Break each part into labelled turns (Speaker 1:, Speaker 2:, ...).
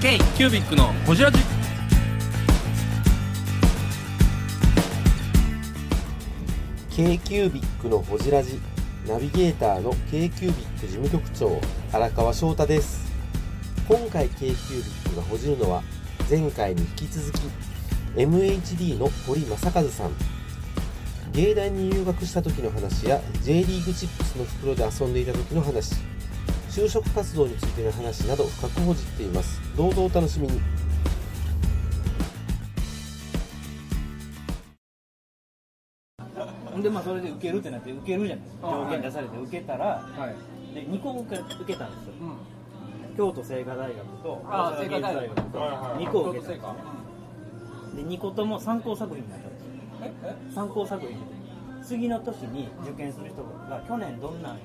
Speaker 1: K キュービックのホジラジ
Speaker 2: ケ c キュービックのほじラジナビゲーターの k キュービック事務局長荒川翔太です今回 k キュービックがほじるのは前回に引き続き MHD の堀正和さん芸大に入学した時の話や J リーグチップスの袋で遊んでいた時の話就職活動についての話など深くほじっていますどうぞお楽しみに
Speaker 3: でまあそれで受けるってなって受けるじゃないですか条件出されて受けたら、で2校受け受けたんですよ、京都精華大学と
Speaker 4: あ
Speaker 3: 大阪芸術大学と
Speaker 4: はいはいはい
Speaker 3: 2校受けたんですよで2校とも参考作品になったんですよ参考作品次の年に受験する人が去年どんな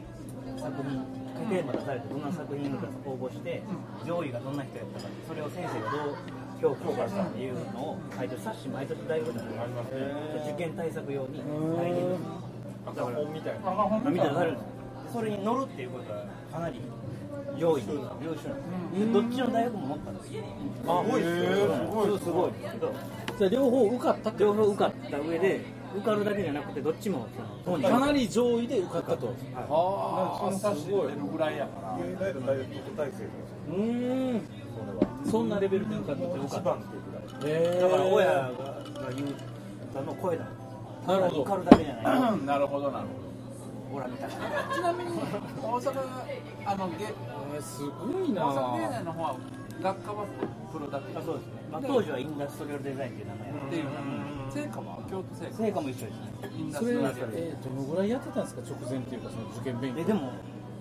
Speaker 3: 作品テーマ出されてどんな作品が応募して上位がどんな人やったかそれを先生がどう評評価したっていうのを書いてる冊子毎年大学で受験対策用に書いてるんですよ
Speaker 4: 赤本みたいな。
Speaker 3: みたいなのがあるんですよそれに乗るっていうことはかなり用意優秀なんですよでどっちの大学も持ったんですよ
Speaker 4: あ、多いです
Speaker 3: それすごいですけどじゃ両方受かった両方受かった上で受かるだけじゃなくてどっちもその当人
Speaker 1: かなり上位で受かったと
Speaker 4: ああ、すごい。ぐらいやから。
Speaker 3: うーんそんなレベルで受かったって受かった
Speaker 1: へ
Speaker 3: だから 親が言ったのを超えた
Speaker 1: なるほど
Speaker 3: 受かるだけじゃない
Speaker 4: なるほどなる
Speaker 3: ほら見た
Speaker 4: ほど。ちなみに大阪あのゲ
Speaker 1: えすごいな
Speaker 4: 大阪芸大の方は学科はプロだけ
Speaker 3: あそうですね、まあ、当時はインダストリアルデザインっていう名前や
Speaker 4: っていうか、成果は京都成果。
Speaker 3: 成果も一緒ですね
Speaker 4: インダ
Speaker 1: そ
Speaker 4: ス
Speaker 1: れ、え
Speaker 4: トリアル。
Speaker 1: ー、どのぐらいやってたんですか直前っていうかその受験勉強
Speaker 3: えでも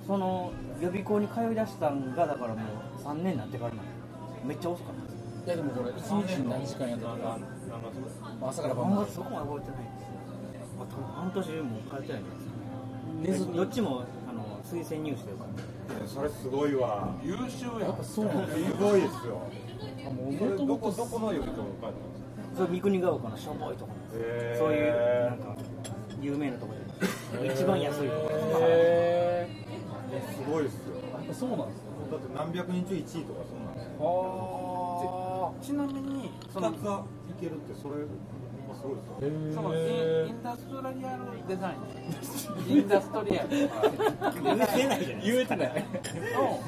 Speaker 3: その予備校に通い出したんがだからもう3年になってからなんですめっちゃ遅かったんですよ
Speaker 1: いやでもこれ一日に何時間やったとか朝から晩
Speaker 3: あん
Speaker 1: ま
Speaker 3: ま
Speaker 1: で
Speaker 3: そこまで覚えてないんですよあと半年も通ってないんですよ
Speaker 1: 寝ずに
Speaker 3: どっちもあの推薦入試でよかった
Speaker 5: それすごいわ
Speaker 4: 優秀
Speaker 1: や
Speaker 4: や
Speaker 1: っぱ。そうなんだ
Speaker 5: すごいですよ
Speaker 1: もう
Speaker 5: それ
Speaker 1: も
Speaker 5: ど
Speaker 1: ともと
Speaker 5: こどこの予備校受かったんです
Speaker 3: そ
Speaker 5: か
Speaker 3: れ三国ヶ丘のしょぼいとこなんですよ、
Speaker 5: へー
Speaker 3: そういうなんか有名なとこじゃない一番安いとこです
Speaker 1: へ
Speaker 5: すごいですよ
Speaker 1: えやっぱそうなんですね
Speaker 5: だって何百人中1位とかそんな
Speaker 1: は
Speaker 4: ちなみにそ
Speaker 5: の
Speaker 4: の
Speaker 5: 2つがいけるってそれすごいですよ
Speaker 1: あへえ
Speaker 4: そのインダストリアルデザイン。インダストリアル。
Speaker 3: 言えてないじゃない
Speaker 1: 言えてない
Speaker 4: を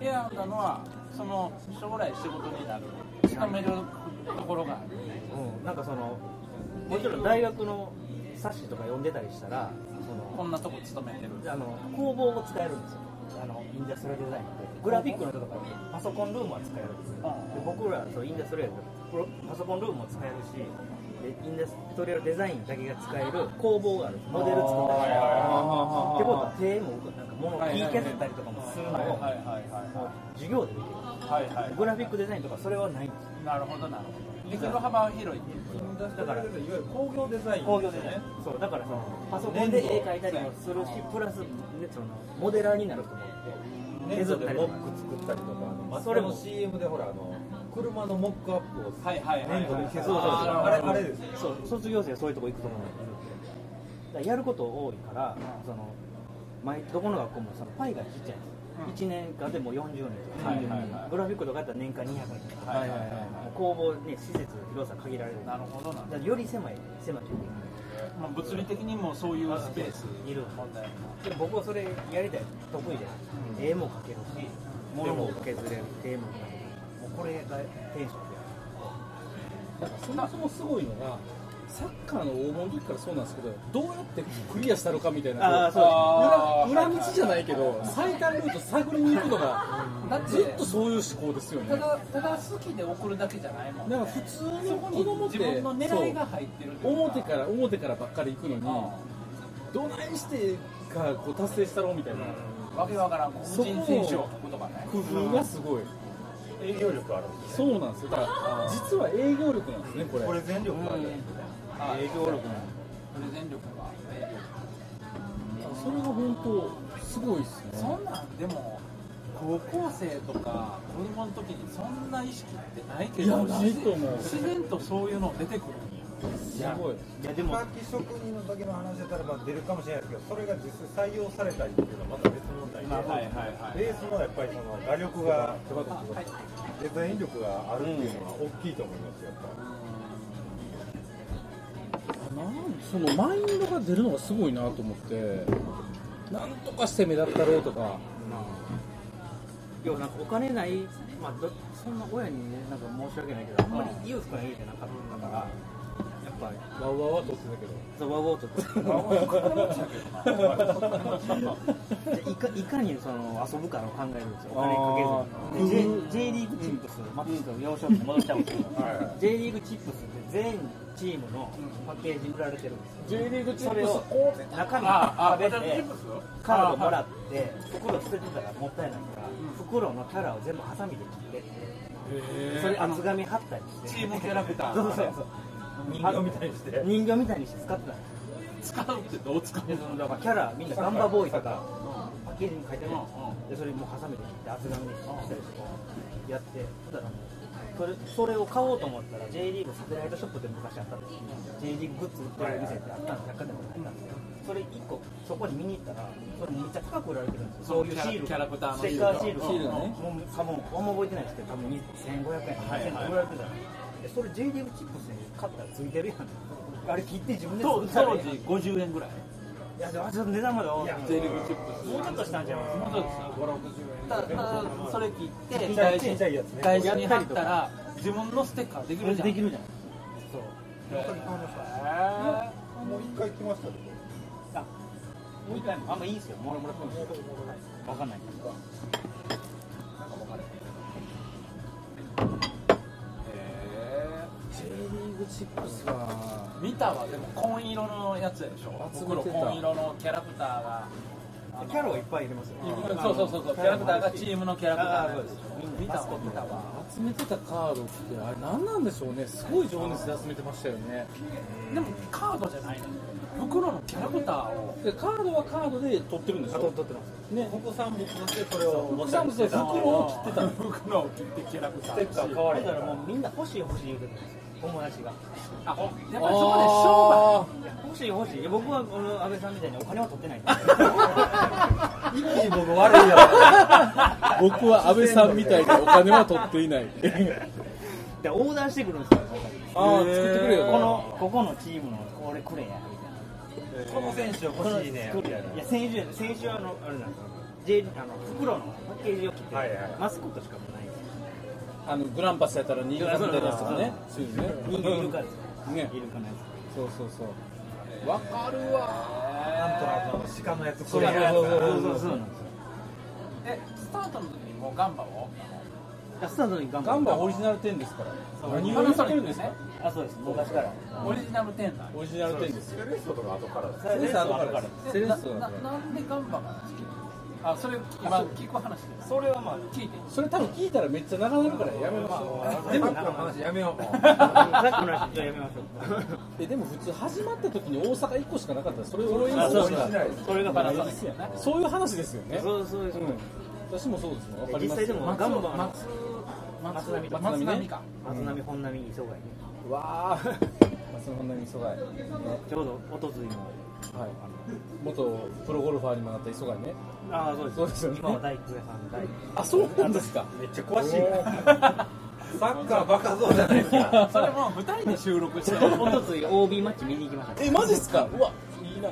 Speaker 4: 選んだのはその将来仕事になる勤めるところがある
Speaker 3: うんなんかそのもちろん大学の冊子とか読んでたりしたらその
Speaker 4: こんなとこ勤めてる
Speaker 3: あの工房も使えるんですよあのインダストリアルデザインってグラフィックの人とかパソコンルームは使えるんですよで僕らそうインダストリアルプロパソコンルームも使えるしでインダストリアルデザインだけが使える工房があるんですモデル作ったりってことは手もなんか物を切り削ったりとかもするのを
Speaker 4: いはい
Speaker 3: もう授業ででき
Speaker 4: はいはい
Speaker 3: るグラフィックデザインとかそれはないんですよ
Speaker 4: なるほどなるほどで黒幅は広いっていう
Speaker 3: だから
Speaker 5: いわゆる工業デザイン
Speaker 3: 工業デザインそうだからそのパソコンで絵描いたりもするしプラスねそのモデラーになると思って
Speaker 5: 粘
Speaker 3: 削
Speaker 5: 土
Speaker 3: った
Speaker 5: で
Speaker 3: り
Speaker 5: モ
Speaker 3: と
Speaker 5: ッ
Speaker 3: か
Speaker 5: ク作ったりとかあのマス
Speaker 3: そ
Speaker 5: コ
Speaker 3: れ
Speaker 5: ミ
Speaker 3: も
Speaker 5: の CM でほらあの車のモックアップを
Speaker 4: はいはいはい
Speaker 5: 粘土で削
Speaker 3: そうそうそう
Speaker 5: ったあれあれですよ
Speaker 3: そう卒業生はそういうとこ行くと思うんだけどだからやること多いからその毎どこの学校もそのパイがちっちゃいんですよ、1年間でもう40人とか
Speaker 4: はい
Speaker 3: 30
Speaker 4: はい
Speaker 3: 人、
Speaker 4: はい
Speaker 3: グラフィックとかやったら年間200人とか、
Speaker 4: はいはいはい
Speaker 3: もう工房ね施設広さ限られる
Speaker 4: な
Speaker 3: だ
Speaker 4: るほどなる
Speaker 3: からより狭い狭いとこ
Speaker 4: ほどまあ物理的にもそういうスペース
Speaker 3: にいるんですよ
Speaker 4: 問題
Speaker 3: でも僕はそれやりたい得意じゃないですか絵も描けるし物も削れる絵も描けるもうこれがテンションでやる
Speaker 1: なんかそもそもすごいのがサッカーの黄金の時からそうなんですけどどうやってクリアしたのかみたいな
Speaker 3: あーそ
Speaker 1: 裏裏道じゃないけど最短ルート探りに行くのが
Speaker 4: だって
Speaker 1: ずっとそういう思考ですよね
Speaker 4: ただただ好きで送るだけじゃないもんね
Speaker 1: なんか普通の子
Speaker 4: そ
Speaker 1: 供
Speaker 4: こ
Speaker 1: って
Speaker 4: に自分の狙いが入ってるって
Speaker 1: そう
Speaker 4: いう
Speaker 1: 表から表からばっかり行くのにどないしてかこう達成したろうみたいな
Speaker 4: うんわけわからん個人選手を書くとかね
Speaker 1: 工夫がすごい
Speaker 5: 営業力あるんです
Speaker 1: そうなんですよだから実は営業力なんですねこれ
Speaker 5: これ全力ある
Speaker 4: 営業力もプレゼン力が
Speaker 1: それが本当すごいですね
Speaker 4: そんなんでも高校生とか子供の時にそんな意識ってないけ
Speaker 1: いや
Speaker 4: ど
Speaker 1: ないと思う
Speaker 4: 自然とそういうの出てくるんや
Speaker 1: すごい
Speaker 3: いやでも
Speaker 5: 楽器職人の時の話だったらまあ出るかもしれないですけどそれが実際採用されたりっていうのはまた別の問題で、
Speaker 3: まあはいはい
Speaker 5: ベースのやっぱりその画力がデザイン力があるっていうのは大きいと思いますよやっぱり
Speaker 1: なんそのマインドが出るのがすごいなと思ってなんとかして目立ったろうとか
Speaker 3: 要はなんかお金ない、まあ、どそんな親にねなんか申し訳ないけどあんまり裕福な家じゃなかったからやっぱり
Speaker 1: わわわとってたけど
Speaker 3: ザワゴート っていかいかにその遊ぶかの考えるんですよお金かけずにで J, J リーグチップス、またちょっと幼少期に戻っちゃうんですけど J リーグチップスって全チームのパッケージ売られてるんですよ
Speaker 1: J リーグチ
Speaker 3: それ
Speaker 1: ップス
Speaker 3: を中
Speaker 4: ああ
Speaker 3: 身食べ
Speaker 4: チ
Speaker 3: て
Speaker 4: ップス
Speaker 3: カードもらって袋捨ててたらもったいないから袋のキャラを全部ハサミで切ってそれ厚紙貼ったりして
Speaker 4: チームキャラクター
Speaker 3: そうそうそう
Speaker 5: 人形みたいにして
Speaker 3: 人形みたいにして使ってたんですよ
Speaker 4: 使うってどう使う
Speaker 3: でそのだからキャラみんなガンバボーイとかパッケージに書いてあ
Speaker 4: う
Speaker 3: る
Speaker 4: ん
Speaker 3: でそれもう挟めて切って厚紙にしたりしてやってたらもうそれそれを買おうと思ったら J リーグサテライトショップって昔あったんですけど J リーググッズ売ってる店ってあったんです百貨店もあったんですよそれ一個そこに見に行ったらそれめっちゃ高く売られてるんですよそういうシール
Speaker 4: キャラクターの
Speaker 3: ステッカーシール
Speaker 1: シールね
Speaker 3: もう多分あんま覚えてないですけど多分2500円8000円売られてたんですよでそれ J リーグチップスに買ったらついてるやんあれ切って自分で
Speaker 4: 当
Speaker 3: 作っ
Speaker 4: 時
Speaker 3: たらええやん
Speaker 4: 50円ぐらい
Speaker 3: いや、でもちょっと値段までは
Speaker 4: ゼリーチップス
Speaker 3: もうちょっとしたんじゃない
Speaker 4: もうちょっとしたただただそれ切って
Speaker 5: ちゃい
Speaker 4: 大
Speaker 5: ちっちゃいやつね
Speaker 4: 事に貼ったら自分のステッカーできるじゃん
Speaker 3: るじゃん。
Speaker 5: もう一回来ましたけど
Speaker 3: もう一回も、あんまいいですよ。もらもらってもいいですよわかんない。
Speaker 1: J リーグチップスは
Speaker 4: 見たわでも紺色のやつでしょ
Speaker 1: 集め
Speaker 4: 袋
Speaker 1: てた
Speaker 4: 紺色のキャラクターが
Speaker 3: キャラはいっぱい入れますよ。
Speaker 4: そうそうそうそうキャラクターがチームのキャラクターのやつでしょ見た
Speaker 3: マスコ
Speaker 4: わ
Speaker 3: ット
Speaker 4: 見たわ
Speaker 1: 集めてたカードってあれ何なんでしょうねすごい情熱で集めてましたよね
Speaker 4: でもカードじゃないの袋のキャラクターを
Speaker 1: でカードはカードで取ってるんですよ
Speaker 3: ってます。
Speaker 1: ね
Speaker 5: ここ産物としてそれを
Speaker 1: 僕さんもそう袋を切ってたの
Speaker 4: 袋を切ってキャラクター
Speaker 5: ステッカー変わ
Speaker 3: だ
Speaker 5: り
Speaker 3: からもうみんな欲しい欲しい言うてたんですよ。友達が。
Speaker 4: あやっぱりそこで商売
Speaker 3: 欲しい欲しい。いや僕はこの安倍さんみたいにお 金は取ってないんで。
Speaker 5: いい僕悪いや
Speaker 1: 僕は安倍さんみたいにお金は取っていない
Speaker 3: で、横断してくるんですよ。
Speaker 1: ああ作ってくれよ
Speaker 3: この、ここのチームのこれくれや。みたいな。
Speaker 5: この選手欲しいね
Speaker 3: いや先週先週あのあれなんですよ J あの袋のパッケージを切って、
Speaker 5: はいはい
Speaker 3: マスコットしかもうないんですよ
Speaker 1: あのグランパスやったら新潟みたいなやつとかねそうですね
Speaker 3: イルカです
Speaker 1: うんね
Speaker 3: イルカのや
Speaker 1: そうそうそうわかるわ
Speaker 5: なんとなくあの鹿のやつ
Speaker 3: つ
Speaker 5: これや
Speaker 3: そうそうそうそうなんですよ
Speaker 4: えスタートの時にもうガンバを
Speaker 3: いやスタートにガン
Speaker 1: ガンバオリ
Speaker 3: ジ
Speaker 1: ジナル10ですから
Speaker 3: そう
Speaker 1: 何を言ってるんですか
Speaker 3: あそうです昔から
Speaker 4: オリジナルテンダー
Speaker 1: オリジナル10です
Speaker 5: セレッソとか後からです
Speaker 1: セレッソ後からセレッソ後
Speaker 4: な
Speaker 1: か
Speaker 4: な
Speaker 1: ら
Speaker 4: なんでガンバが好きなのあそれ今聞く話で
Speaker 3: それはまあ
Speaker 4: 聞いて
Speaker 1: それ多分聞いたらめっちゃ長なるからやめましょう
Speaker 5: でもこの話やめよう
Speaker 3: さっきの話じゃあやめましょ
Speaker 1: えでも普通始まった時に大阪1個しかなかったらそれを応援
Speaker 3: うあ
Speaker 1: する
Speaker 3: そ
Speaker 1: し
Speaker 3: う
Speaker 1: かない
Speaker 3: そうそれがバラン
Speaker 1: ですよねそういう話ですよね
Speaker 3: そうそうです、
Speaker 1: うん私もそうですねわかり
Speaker 3: 実
Speaker 1: ます
Speaker 3: 際でもガンバの
Speaker 4: 松
Speaker 3: 松
Speaker 4: 松
Speaker 3: 並と
Speaker 4: 松松並か
Speaker 3: 松波本並磯貝ね
Speaker 1: わあ松本の磯貝ね
Speaker 3: ちょうどおとついの
Speaker 1: はい元プロゴルファーにもなった磯貝ね
Speaker 3: ああそうです
Speaker 1: そうですよね
Speaker 3: 今は大工屋さん大工
Speaker 1: あそうなんですか
Speaker 5: めっちゃ詳しいサッカーバカそうじゃないですか
Speaker 4: それもう2人で収録して
Speaker 3: おとつい OB マッチ見に行きました
Speaker 1: えマジっすかうわいいなじゃ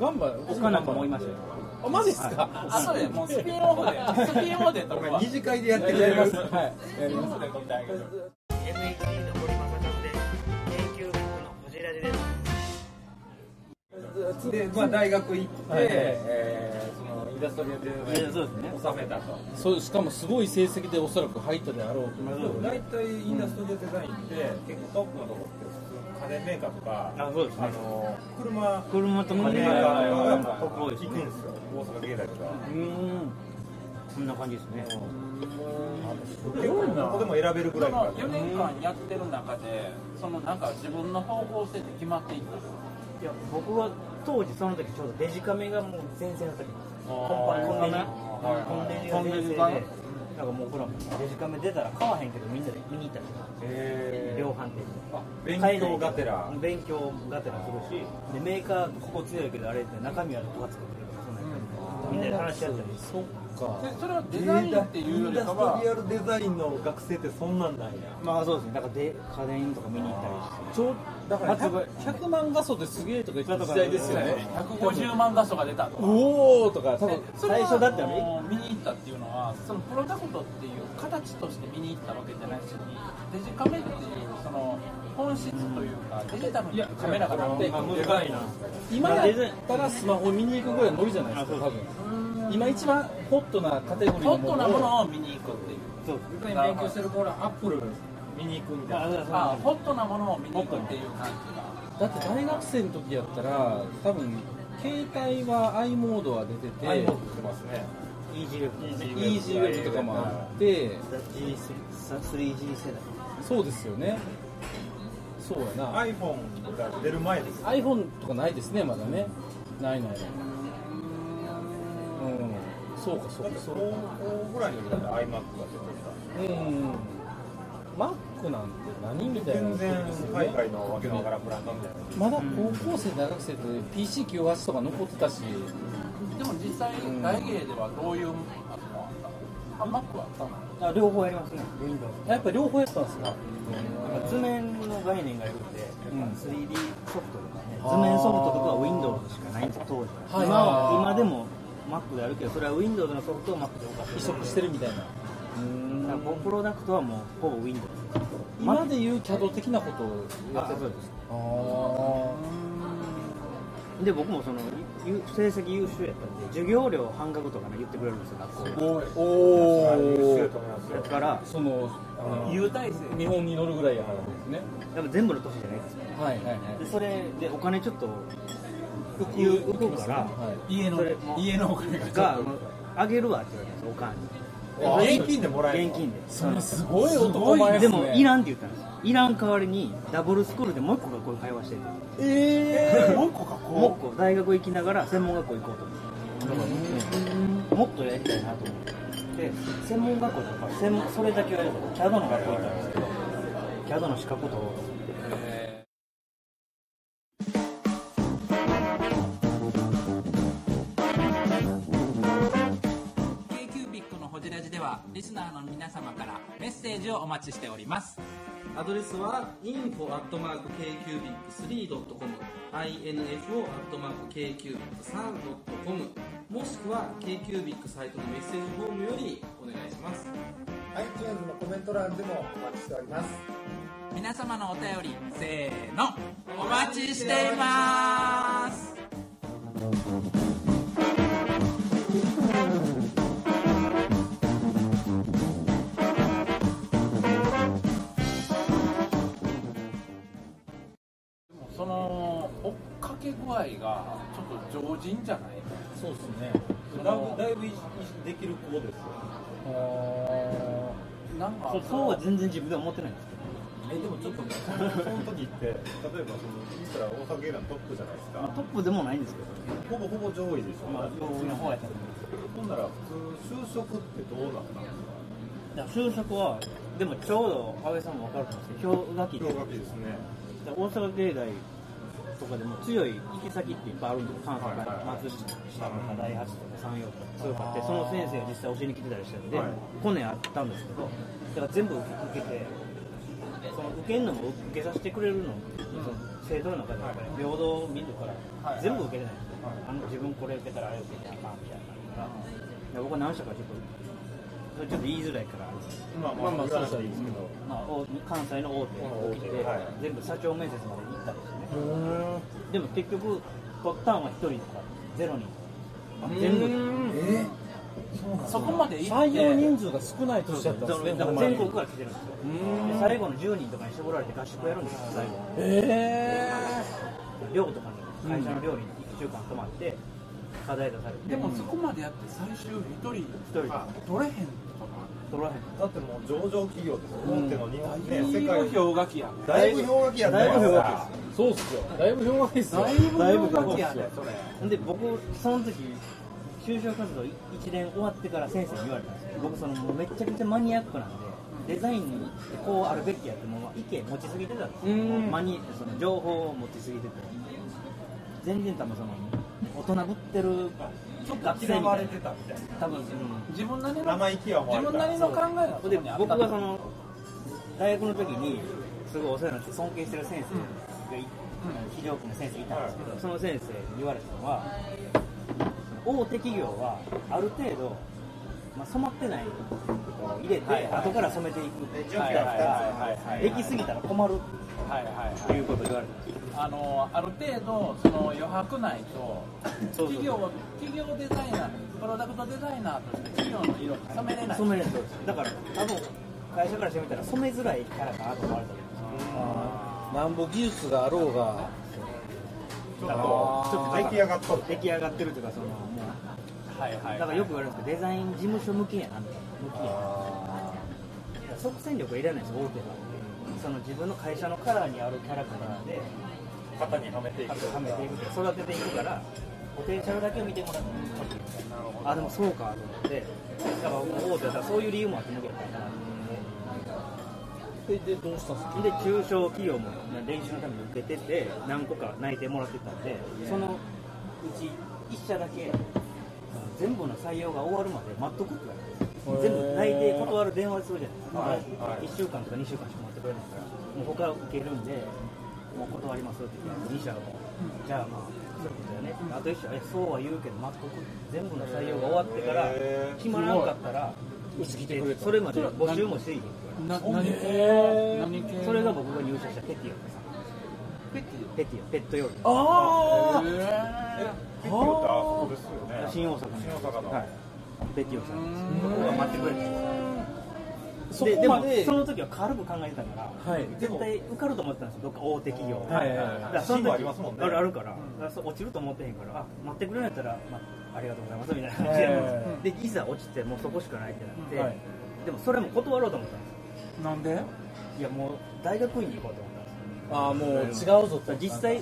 Speaker 1: あガンバ
Speaker 3: 他なんかもいましたよ
Speaker 1: あマジっすか
Speaker 4: あとでもうスピンオフで スピンオフでとか
Speaker 5: 二次会でやってく
Speaker 1: や
Speaker 5: れ
Speaker 1: り
Speaker 5: ま
Speaker 1: ま
Speaker 5: すす
Speaker 1: はいやります
Speaker 3: NHK の堀正和で研究学のこじらじです
Speaker 5: で、まあ、大学行って、
Speaker 1: はい
Speaker 5: えーそのインダストリアルデザイン
Speaker 3: そうですね
Speaker 5: を収めたと
Speaker 1: そうしかもすごい成績でおそらく入ったであろうと
Speaker 5: 大体インダストリアルデザインって結構トップのとこって家電メーカーとか
Speaker 3: あそうですね
Speaker 5: あの車
Speaker 3: 車とか
Speaker 5: メ
Speaker 3: ね
Speaker 5: ーカーがやっぱ
Speaker 3: ここ
Speaker 5: ここ
Speaker 3: 多いです
Speaker 5: 行くん
Speaker 3: ね
Speaker 5: ですよ大阪芸大とか
Speaker 1: うん
Speaker 3: こんな感じですね
Speaker 5: 結構どこでも選べるぐらいから
Speaker 4: 4年間やってる中でそのなんか自分の方向性って決まっていったの
Speaker 3: いや僕は当時その時ちょうどデジカメがもう全盛の時ですコンパコンデジコンデジが全盛でなんかもうほらデジカメ出たら買わへんけどみんなで見に行ったりとか
Speaker 5: え
Speaker 3: 量販店
Speaker 5: あ
Speaker 3: で
Speaker 5: 勉強がてら
Speaker 3: 勉強がてらするしでメーカーここ強いけどあれって中身はどこが作ってるとかそんなんやったりみんなで話し合ったり
Speaker 1: そっか
Speaker 4: でそれはデザインっていうよりかは
Speaker 5: アルデザインの学生ってそんなんなんや
Speaker 3: まあそうですねだからで家電とか見に行ったりして
Speaker 1: ちょだから
Speaker 3: 発売
Speaker 1: 100, 100万画素ですげえとか言った時代ですよね
Speaker 4: 150万画素が出たと
Speaker 1: うおーとか多分
Speaker 4: でそれは
Speaker 3: 最初だって
Speaker 4: あ
Speaker 3: ね
Speaker 4: の見に行ったっていうのはそのプロダクトっていう形として見に行ったわけじゃないしデジカメっていうその本質というかデジタルにカメラがなって
Speaker 1: いやでかいな今やったらスマホ見に行くぐらいのノリじゃないですか多分今一番ホットなカテゴリー
Speaker 4: ホ
Speaker 1: の
Speaker 4: ットなものを見に行くっていう
Speaker 3: そう
Speaker 4: 勉強してる
Speaker 3: あそう
Speaker 4: あホットなものを見に行くっていう感じが
Speaker 1: だって大学生の時やったら多分携帯は i モードは出てて
Speaker 3: イージーウェブ
Speaker 1: EG ウェブとかもあって
Speaker 3: ダッチ 3G 世代
Speaker 1: そうですよねそうやな
Speaker 5: iPhone が出る前です
Speaker 1: iPhone とかないですねまだねないないないうんそうかそ
Speaker 5: だ
Speaker 1: う
Speaker 5: っ
Speaker 1: か
Speaker 5: て
Speaker 1: そ
Speaker 5: そうう
Speaker 1: か
Speaker 5: ぐらいの時代で iMac が
Speaker 1: うんマックなんて何みた
Speaker 5: 出て
Speaker 1: い
Speaker 5: た
Speaker 1: な
Speaker 5: 全然海外のわけのわ
Speaker 1: の
Speaker 5: からんブランドみたいな
Speaker 1: まだ高校生大学生って PC98 とか残ってたし
Speaker 4: でも実際
Speaker 1: ん
Speaker 4: 大芸ではどういうあのあったのあマックはあったの
Speaker 3: あ両方やりますね Windows
Speaker 1: やっぱ両方やってたんですか
Speaker 3: なんか図面の概念がよくて、
Speaker 1: うん
Speaker 3: やっぱ 3D ソフトとかね、
Speaker 1: あー
Speaker 3: 図面ソフトとかは Windows しかないんですよ、当時は。
Speaker 1: はい
Speaker 3: 今は
Speaker 1: あー
Speaker 3: 今でも Mac であるけど、それは Windows のソフトを Mac で動か
Speaker 1: 移
Speaker 3: してる。
Speaker 1: 植してるみたいなう
Speaker 3: だから
Speaker 1: ん
Speaker 3: こうプロダクトはもうほぼ Windows。
Speaker 1: 今でいう CAD 的なことをやってたんですかあ
Speaker 3: で、僕もそのゆ成績優秀やったんで、授業料半額とかね、言ってくれるんですよ、学校
Speaker 1: あお
Speaker 5: そうや
Speaker 1: お
Speaker 5: と思います
Speaker 3: だ
Speaker 5: よ
Speaker 3: から、
Speaker 1: その
Speaker 4: 優待生
Speaker 1: 見本に乗るぐらいやからですね
Speaker 3: やっぱ全部の年じゃないですよ。
Speaker 1: はいはいはい
Speaker 3: で、それでお金ちょっと浮く浮くから、
Speaker 1: はい
Speaker 4: 家の
Speaker 3: それも
Speaker 4: 家のお金がちょっ
Speaker 3: が
Speaker 4: と、
Speaker 3: あげるわって言われたんですよ、おかんに。
Speaker 5: 現金でもらえる
Speaker 3: 現金で。
Speaker 1: それすごい男前
Speaker 3: で
Speaker 1: ですね
Speaker 3: もいらんって言ったんですよいらん代わりにダブルスクールでもう一個学校に会話してる
Speaker 1: え
Speaker 4: もう一個か
Speaker 3: もう一個大学行きながら専門学校行こうと思ってもっとやりたいなと思ってで専門学校だから専門それだけはやると CAD の学校行ったんですけど CAD の資格取ろうと思って
Speaker 4: ー k q b i c のホジラジではリスナーの皆様からメッセージをお待ちしております
Speaker 6: アドレスは info.kcubic3.com info.kcubic3.com もしくは KQBIC サイトのメッセージフォームよりお願いします
Speaker 7: iTunes のコメント欄でもお待ちしております
Speaker 4: 皆様のお便りせーのお待ちしていますその追っかけ具合がちょっと常人じゃない
Speaker 1: そうですね
Speaker 5: だいぶだいぶ意識できる子ですよ
Speaker 4: なんか
Speaker 3: そうそうは全然自分では思ってないんですけど
Speaker 5: えでもちょっとその時って例えばその言ったら大阪芸能トップじゃないです
Speaker 3: まあ
Speaker 5: か
Speaker 3: トップでもないんですけど
Speaker 5: ほぼほぼ上位でしょ、
Speaker 3: まあ上の方やったんで
Speaker 5: ほんなら普通就職ってどうなったんです
Speaker 3: い
Speaker 5: か
Speaker 3: や就職はでもちょうど阿部さんも分かると思うんですけど氷河期って
Speaker 5: 氷河期ですね
Speaker 3: 大阪芸大とかでも強い行き先っていっぱいあるんですよ関西か
Speaker 5: はいはい
Speaker 3: ら
Speaker 5: はい
Speaker 3: 松下とか大八とか山陽とか強くあってその先生が実際教えに来てたりしたんで、
Speaker 5: はい
Speaker 3: 去年あったんですけどだから全部受けてその受けるのも受けさせてくれるのも、生徒の中でやっぱり平等を見るから、全部受けれないんですよ、あの自分これ受けたらあれ受けたらあかんみたいなのがで僕は何社かちょっとそれちょっと言いづらいからあれです
Speaker 5: まあまあまあそうしたらいいですけど
Speaker 3: まあ、大関西の大手に来て、
Speaker 5: はい
Speaker 3: 全部社長面接まで行ったんですねでも結局取ったんは1人とかゼロ人全部
Speaker 4: そこまで行っ
Speaker 1: 採用
Speaker 4: て
Speaker 1: 人数が少ない年だったんですね
Speaker 3: だ
Speaker 1: ほ
Speaker 3: か
Speaker 1: ん
Speaker 3: ら
Speaker 1: ま
Speaker 3: 全
Speaker 1: に
Speaker 3: 国から来てるんですよで最後の10人とかに絞られて合宿やるんですよ最後
Speaker 1: え
Speaker 3: 寮とかに会社の寮に1週間泊まって課題出されて
Speaker 4: でもそこまでやって最終一人
Speaker 3: 1人
Speaker 4: 取れへん
Speaker 3: 取らへん
Speaker 5: だってもう上場企業ですよ大手の日本ね
Speaker 4: い
Speaker 5: 世
Speaker 4: い
Speaker 5: 界
Speaker 4: よ氷河期や
Speaker 5: だいぶ氷河期やった
Speaker 3: だいぶ氷河
Speaker 5: 期
Speaker 1: ーそうっすよだいぶ評判いいっすよ
Speaker 4: だいぶ氷河期やねそれ
Speaker 3: で僕その時就職活動1年終わってから先生に言われたんですよ僕そのもうめっちゃくちゃマニアックなんでデザインにこうあるべきやってもう意見持ちすぎてたんですよ
Speaker 4: うん
Speaker 3: マニその情報を持ちすぎてて全然多分その大人ぶってる
Speaker 4: ちょっと
Speaker 3: 学生みた
Speaker 5: 嫌
Speaker 3: い
Speaker 5: わ
Speaker 3: な
Speaker 5: れてたみたいな
Speaker 3: 多分、うん
Speaker 4: 自分なりの
Speaker 5: 生意気や思わ
Speaker 4: 自
Speaker 5: れた
Speaker 4: 分なりの考えがそこ
Speaker 3: で
Speaker 4: にあった
Speaker 3: 僕がその大学の時にすごいお世話になって尊敬してる先生がい、非常勤の先生いたんですけど、その先生に言われたのは大手企業はある程度、まあ、染まってないのを入れて、後から染めていくべきだか
Speaker 5: はいはいはい
Speaker 3: ら
Speaker 5: はい
Speaker 3: できすぎたら困る
Speaker 4: はいはいはい
Speaker 3: ということを言われて
Speaker 4: あのある程度その余白ないと
Speaker 3: そうそう
Speaker 4: 企業は企業デザイナープロダクトデザイナーとして企業の色に染めれない
Speaker 3: 染めないとだから多分会社からしてみたら染めづらいキャラかなと思われたけど
Speaker 1: なんぼ技術があろうが
Speaker 5: ちょっとちょっと出来上がっとる
Speaker 3: 出来上がってるというかそのもう
Speaker 4: はいはいはい
Speaker 3: だからよく言われるんですけど、デザイン事務所向きやな、向きやな。即戦力はいらないです、大手が。その自分の会社のカラーにあるキャラクターで、
Speaker 5: 肩にはめていく
Speaker 3: はめていくとか育てていくから、ポテンシャルだけを見てもらってあ、でもそうかと思って、だから大手だからそういう理由もあって向けたいなと
Speaker 1: ででどうしたんですか
Speaker 3: で中小企業も練習のために受けてて何個か内定もらってたんでそのうち1社だけ全部の採用が終わるまで待っとくって言われて全部内定断る電話するじゃないですか、1週間とか2週間しか待ってくれないからもう他は受けるんでもう断りますって言って2社がもうじゃあまあそういうことだよねってあと1社えそうは言うけど待っとく全部の採用が終わってから決まらなかったらうち来てくれそれまで募集もしていいよって言われて
Speaker 4: な何系何系
Speaker 3: それが僕が入社したペティオです
Speaker 4: ペッティ
Speaker 3: ペティオペット用品
Speaker 4: あ
Speaker 5: ピッとってあそこですよね
Speaker 3: 新大阪
Speaker 5: 新
Speaker 3: の
Speaker 5: 大阪の、
Speaker 3: はいペティオさんです
Speaker 4: うん
Speaker 3: ここが待ってくれて
Speaker 1: そ
Speaker 3: でで
Speaker 1: こま
Speaker 3: も
Speaker 1: で
Speaker 3: その時は軽く考えてたから、
Speaker 1: はい
Speaker 3: 絶対受かると思ってたんですよどっか大手企業
Speaker 1: はいはいはい
Speaker 3: だからその時
Speaker 5: 進路ありますもんね
Speaker 3: あるあるから,、そう落ちると思ってへんからあ待ってくれないったら、まあ、ありがとうございますみたいな感じで,、で
Speaker 1: は
Speaker 3: いざ落ちてもうそこしかないってなって、
Speaker 1: はい
Speaker 3: でもそれも断ろうと思ったんですよ
Speaker 4: ーなんで
Speaker 3: いやもう大学院に行こうと思ったんですよ
Speaker 1: ああもう違うぞと
Speaker 3: 実際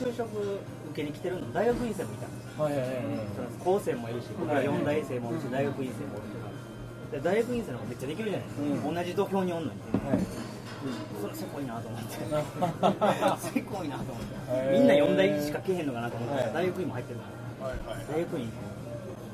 Speaker 3: 就職受けに来てるの大学院生もいたんですよ
Speaker 1: はいはいはい
Speaker 3: その高専もいるし、僕ら四大生もいるし、大学院生もいるし、で大学院生の方がめっちゃできるじゃないですか、同じ土俵におんのに、それせこいなと 思って、せこいなと思って、みんな四大しか来へんのかなと思って、大学院も入ってるから、大学院、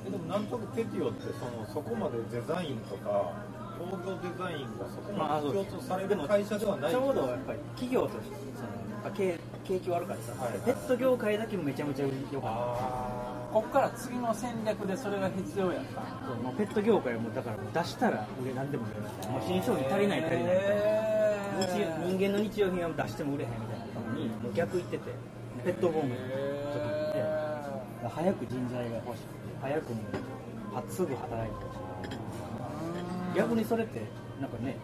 Speaker 5: でもなんとなくペティオってそのそこまでデザインとか構造デザインがそこ
Speaker 3: まあ
Speaker 5: ま
Speaker 3: そう
Speaker 5: で強調される会社ではない
Speaker 3: ちょうどやっぱり企業として、そのやっぱ景景気悪かった
Speaker 5: はい
Speaker 3: んで、ペット業界だけめちゃめちゃ良かった。
Speaker 4: こっから次の戦略でそれが必要やった
Speaker 3: そうもうペット業界もだからもう出したら売れなんでも売れないもう新商品足りない足りない日用人間の日用品は出しても売れへんみたいなのにもう逆行っててペットボームの時にで早く人材が欲しくて早くもうはすぐ働いてほしい逆にそれってなんかね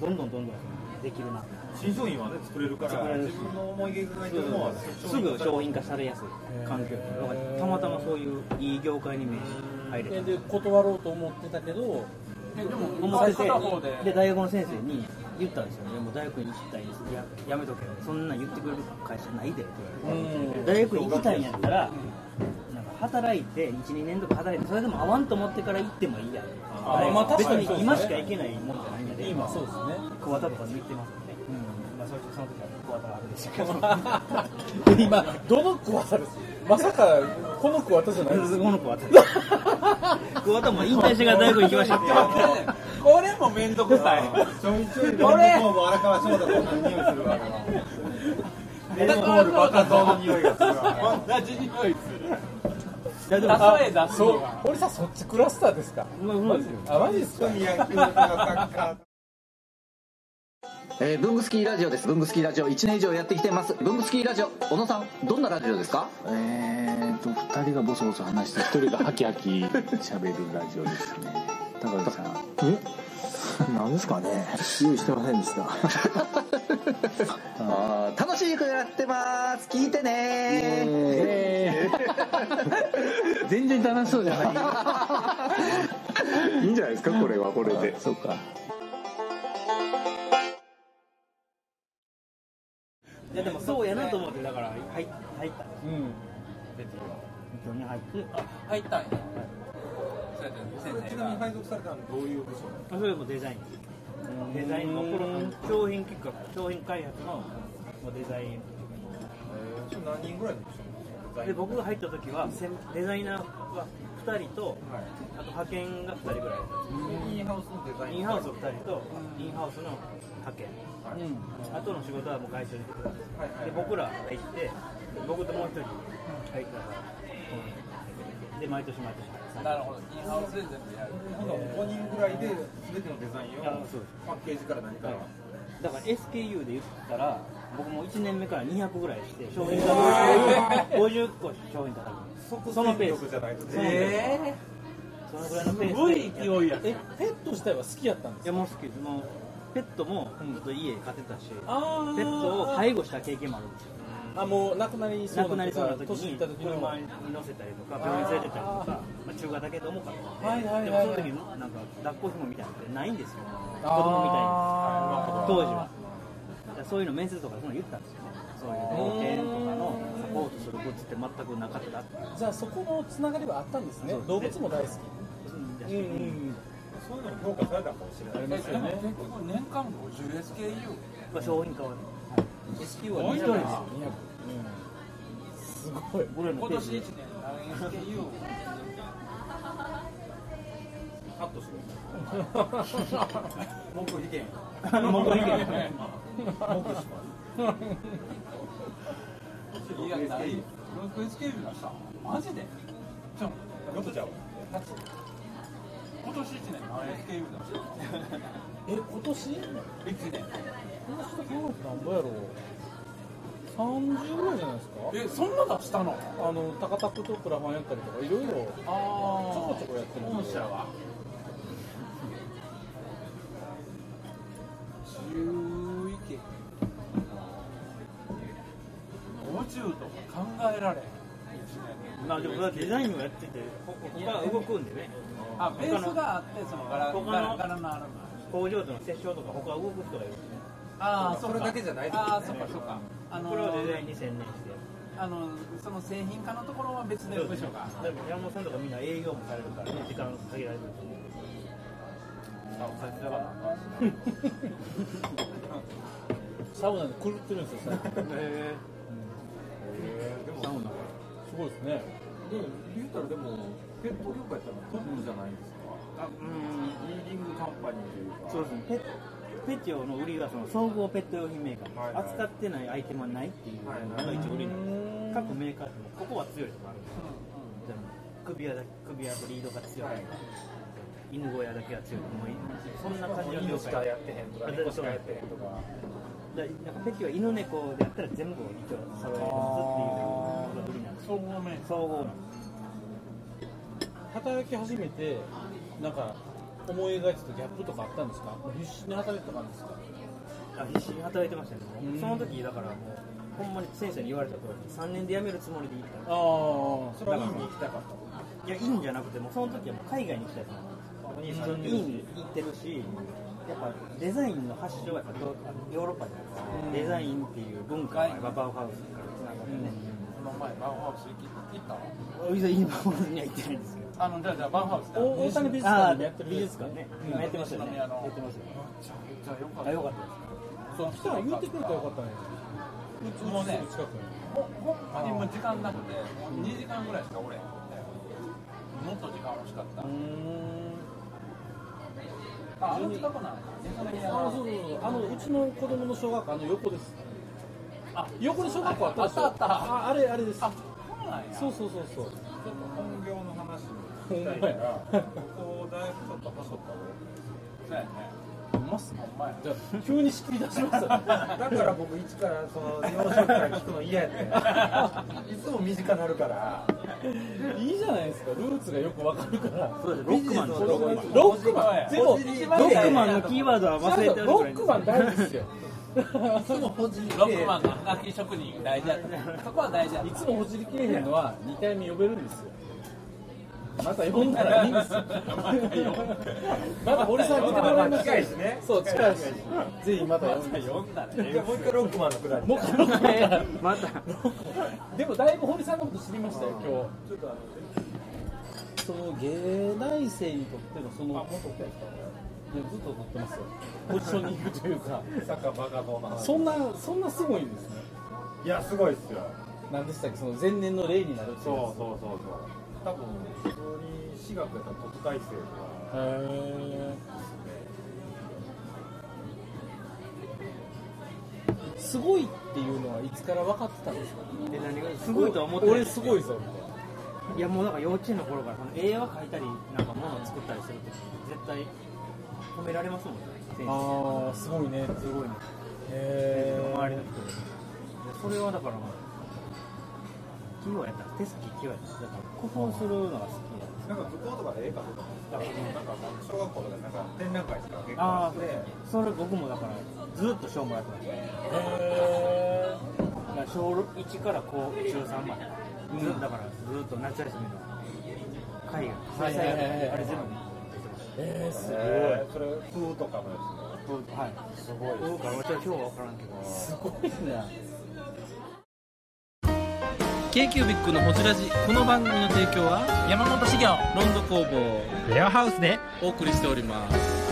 Speaker 3: どんどんどんどんできるな
Speaker 5: 新商品はね作れるから
Speaker 3: 作れるし
Speaker 5: 自分の思い描いてるのは
Speaker 3: すぐ商品化されやすい環境だからたまたまそういういい業界に面して入れて
Speaker 1: えで断ろうと思ってたけど
Speaker 4: えでも
Speaker 3: 思って
Speaker 4: 片方で
Speaker 3: てで大学の先生に言ったんですよねいやもう大学に行きたいですいややめとけそんなん言ってくれる会社ないでって言われて大学に行きたいんやったらなんか働いて12年とか働いてそれでも合わんと思ってから行ってもいいや
Speaker 1: あ
Speaker 3: 大学
Speaker 1: まあ確かに
Speaker 3: 別に今しか行けないもんじゃないんで
Speaker 1: 今そうですね
Speaker 3: 桑田とか抜いてますもんねまあその時は桑田があるでしょうけど
Speaker 1: 今どの子はですまさかこの子は私じゃないです
Speaker 3: この桑 田桑田も引退してから大学行きましたって
Speaker 4: これも面倒くさい
Speaker 5: ちょいちょいどこも荒川翔太と同じ匂いするわデッドボール若造の匂いがするわ
Speaker 4: 同じ匂いする
Speaker 3: 例え
Speaker 4: 例
Speaker 3: ば
Speaker 4: え出す
Speaker 1: そう
Speaker 4: のが
Speaker 1: 俺さんそっちクラスターですか
Speaker 3: うまいうまいですよ
Speaker 1: あマジですか
Speaker 5: 野球とかサッカー
Speaker 8: えー、ブングスキーラジオです文具スキーラジオ1年以上やってきてます文具スキーラジオ小野さんどんなラジオですか
Speaker 9: えーと2人がボソボソ話して1人がハキハキ喋るラジオですね高木さんえなんですかね用意してませんでした
Speaker 8: あー楽しい曲やってます聞いてね
Speaker 9: え ー全然楽しそうじ ゃないいいんじゃないですかこれはこれでそうか
Speaker 3: いやでもそうやなと思ってだから入っ入ったんです
Speaker 1: うん
Speaker 3: 部に入って
Speaker 4: あ入ったんやそうやって先生
Speaker 5: ちなみに
Speaker 4: が
Speaker 5: 配属されたのはどういう部署
Speaker 3: あそれもデザインデザインのプロ商品企画商品開発のデザイン
Speaker 5: えー、何人ぐらいの部署
Speaker 3: で僕が入った時はせんデザイナーは2人と
Speaker 5: はい
Speaker 3: あと派遣が2人ぐらい
Speaker 4: インハウスのデザイン
Speaker 3: インハウス2人とインハウスの派遣
Speaker 4: うん
Speaker 3: あとの仕事はもう外注にしてください
Speaker 4: はいはい
Speaker 3: で僕ら入って僕ともう一人入ったからで毎年毎年
Speaker 4: なるほどインハウスで全部やる
Speaker 5: ほな5人ぐらいで全てのデザインを
Speaker 3: あそうで
Speaker 5: パッケージから何から、
Speaker 3: だから SKU で言ったら僕も1年目から200ぐらいして商品化50個商品化そのペース
Speaker 5: じゃないと
Speaker 3: そのペースそのぐらいのペースです
Speaker 4: ごい勢いや
Speaker 1: えペット自体は好きやったんです
Speaker 3: いやもう好きですもうペットもちょっと家飼ってたし、ペ
Speaker 1: あー
Speaker 3: ットを介護した経験もあるんですよ
Speaker 1: あもう亡くなりそう
Speaker 3: 亡くなりそうな時
Speaker 1: 年い
Speaker 3: に
Speaker 1: った時の
Speaker 3: 車に乗せたりとか病院連れてったりとかまあ、中型系で重かったんで、
Speaker 1: はいはい
Speaker 3: でも
Speaker 1: はい
Speaker 3: その時もなんか抱っこ紐みたいなのってないんですよ子供みたいに
Speaker 4: あー
Speaker 3: 当時はだからそういうの面接とかでそういうの言ったんですよねそういう保険とかのサポートするグッズって全くなかったっていう
Speaker 1: じゃあそこのつながりはあったんですね
Speaker 3: そう
Speaker 1: 動物も
Speaker 3: だ
Speaker 1: 大好き
Speaker 3: し
Speaker 1: ん
Speaker 5: そういうのも評価されたかもしれない
Speaker 1: あ
Speaker 4: え
Speaker 1: ります
Speaker 4: で
Speaker 1: よ
Speaker 4: も結局年
Speaker 1: ね
Speaker 4: 間 50SKU
Speaker 3: まあ、商品化はね
Speaker 1: SQ は200です
Speaker 4: 多いな
Speaker 1: うんすごい
Speaker 3: 俺らの
Speaker 4: 今
Speaker 3: ペー
Speaker 4: 年
Speaker 3: ス
Speaker 4: 1
Speaker 3: で
Speaker 4: 年何 SKU
Speaker 5: カットする
Speaker 4: 僕意見
Speaker 3: 僕は意見ですね
Speaker 4: いやない 6SKU 出したマジでちょ
Speaker 5: よくじゃあ
Speaker 4: 今年1年何 SKU 出した
Speaker 1: え今年
Speaker 4: 1年
Speaker 1: 今年と考えてなんぼやろう30ぐらいじゃないですか
Speaker 4: えそんな出したの
Speaker 1: あのタカタクとクラファンやったりとかいろいろち
Speaker 4: ああ
Speaker 1: ょこちょこやってるん
Speaker 4: 本
Speaker 1: で
Speaker 4: 社は10意見50とか考えられん
Speaker 3: まあでもそれはデザインをやってて他は動くんでね
Speaker 4: あベースがあってその柄
Speaker 3: 他の
Speaker 4: 柄柄のあるの
Speaker 3: 工場との接触とか他は動く人がいる
Speaker 4: ああそ
Speaker 5: それだけ
Speaker 4: じ
Speaker 5: じゃない
Speaker 4: ああそっかそっかあの
Speaker 3: これはデザインに専念して
Speaker 4: あのその製品化のところは別で部署が
Speaker 3: でも山本さんとかみんな営業もされるからね時間限られてると思う
Speaker 1: サウナで狂ってるんですよ最近
Speaker 5: えー、でも
Speaker 1: サウナすごいですね
Speaker 5: でも言うたらでもペット業界ってのはトップじゃないですか
Speaker 3: あうん
Speaker 5: リーディングカンパニーというか
Speaker 3: そうですねペットペット用の売りがその総合ペット用品メーカー、
Speaker 5: はいはい
Speaker 3: 扱ってないアイテムはないっていう
Speaker 5: はい
Speaker 3: の
Speaker 5: は
Speaker 3: が
Speaker 5: い
Speaker 3: 一応売りなんです各メーカーでもここは強いとこあるんですよでも首輪だ首輪とリードが強いとか、犬小屋だけは強いとかもうそんな感じの業
Speaker 5: 犬し
Speaker 3: 界
Speaker 5: かやってへんとか
Speaker 3: だ
Speaker 5: 猫しかやってへんとか
Speaker 3: だなんかペットは犬猫でやったら全部を一応揃えますっていうのが売りなんです
Speaker 4: 総合面
Speaker 3: 総合なんです
Speaker 1: 働き始めてなんか思い描いてたギャップとかあったんですか必死に働いてた感じですか
Speaker 3: あ必死に働いてましたね、
Speaker 1: うん
Speaker 3: その時だからもうほんまに先生に言われた通り3年で辞めるつもりで行った
Speaker 1: ああ
Speaker 5: それは院に行きたかっ
Speaker 3: いやいいんじゃなくてもうその時はもう海外に行きたいと思ってたんですよいいに行ってるしやっぱデザインの発祥はやっぱヨヨーロッパじゃないですか、デザインっていう文化がやっぱバウハウスからつながってね、
Speaker 4: この前バウハウス行き行ったの
Speaker 3: おいざ今頃には行ってないんですけど
Speaker 4: あのじゃあじゃあバウハウスだめっ
Speaker 1: 大大谷美術
Speaker 3: あ
Speaker 1: 館
Speaker 3: ー
Speaker 1: でやってる
Speaker 3: 美術館ね、
Speaker 1: うん
Speaker 3: やってましたよねやってましたよね
Speaker 4: ちゃよかっ
Speaker 3: あ
Speaker 4: た
Speaker 3: よかったです
Speaker 1: そう来たら言うてくれたらよかったねうち
Speaker 4: もうね
Speaker 1: うちすぐ近くに
Speaker 4: ほほんまにもう時間なくて2時間ぐらいしかおれへんみたいなもっと時間欲しかったああの近くなんや
Speaker 1: あのそうそうそうあのうちの子供の小学校あの横ですあ横に小学校あったでしょ
Speaker 4: あったあった
Speaker 1: ああれあれです
Speaker 4: あそうなんや
Speaker 1: そうそうそうそ
Speaker 5: たちょっ
Speaker 1: う
Speaker 5: と本業の話
Speaker 1: ほ
Speaker 5: を
Speaker 1: ん
Speaker 5: したい
Speaker 1: ま
Speaker 5: か
Speaker 1: や
Speaker 5: らここだいぶちょっと細った
Speaker 4: そうやね
Speaker 1: ほんまっすね
Speaker 4: ほんまや
Speaker 1: じゃあ急に仕切り出しましたね
Speaker 5: だから僕一からその幼少期から聞くの嫌やっていつも身近なるから
Speaker 1: いいじゃないですかルーツがよくわかるから
Speaker 3: そうですロックマンですロックマン
Speaker 1: ロックマンでも
Speaker 3: ロックマンのキーワードは忘れてる
Speaker 1: ロ
Speaker 3: ぐらい
Speaker 1: ックマン大事ですよ
Speaker 4: ロックマンのハガキ職人大事やったそこは大事やっ
Speaker 1: いつもほじりきれへんのは2回目呼べるんですよまた呼んだらいいんですよまた堀さん来てもらいましょう
Speaker 5: ね
Speaker 1: そう近いしぜひまた呼んで
Speaker 5: もう一回ロックマンのくだり
Speaker 1: もう一回
Speaker 3: また
Speaker 1: でもだいぶ堀さんのこと知りましたよ今日その芸大生にとってのそのいやずっと撮ってますよ ポジショニングというか
Speaker 5: 坂バカボマ
Speaker 1: そんなそんなすごいんですね
Speaker 5: いやすごいっすよ
Speaker 1: 何でしたっけその前年の例になるってい
Speaker 5: そうそ
Speaker 1: う
Speaker 5: うそうそう多分普通に私学やったら特待生とか
Speaker 1: へーすごいっていうのはいつから分かってたんですか
Speaker 3: で何がすごいとは思ってない
Speaker 1: 俺すごいぞみたいない
Speaker 3: やもうなんか幼稚園の頃からこの絵は描いたりなんか物を作ったりするとき絶対褒められますもんね先生
Speaker 1: ああすごいね
Speaker 3: すごいね
Speaker 1: へー
Speaker 3: 周りの人にそれはだから器用やったら手先器用やったらだから工夫するのが好きやった
Speaker 5: なんか武校とかで絵描くとかなんか小学校とかなんか展覧会とか結構
Speaker 3: あ
Speaker 5: あ
Speaker 3: あ
Speaker 5: って
Speaker 3: それ僕もだからずっと賞もらってましたねだから小1から高中3までずっとだからずっと夏休みの海外
Speaker 1: はいはいはいはい
Speaker 3: あれ全部
Speaker 1: えー、すごい、
Speaker 5: えーそれ風とかのや
Speaker 3: はい
Speaker 5: つねすごい
Speaker 3: どうか私は今日は分からんけど
Speaker 1: すごいな
Speaker 6: k q b i c のホジラジこの番組の提供は山本資源ロンド工房レアハウスでお送りしております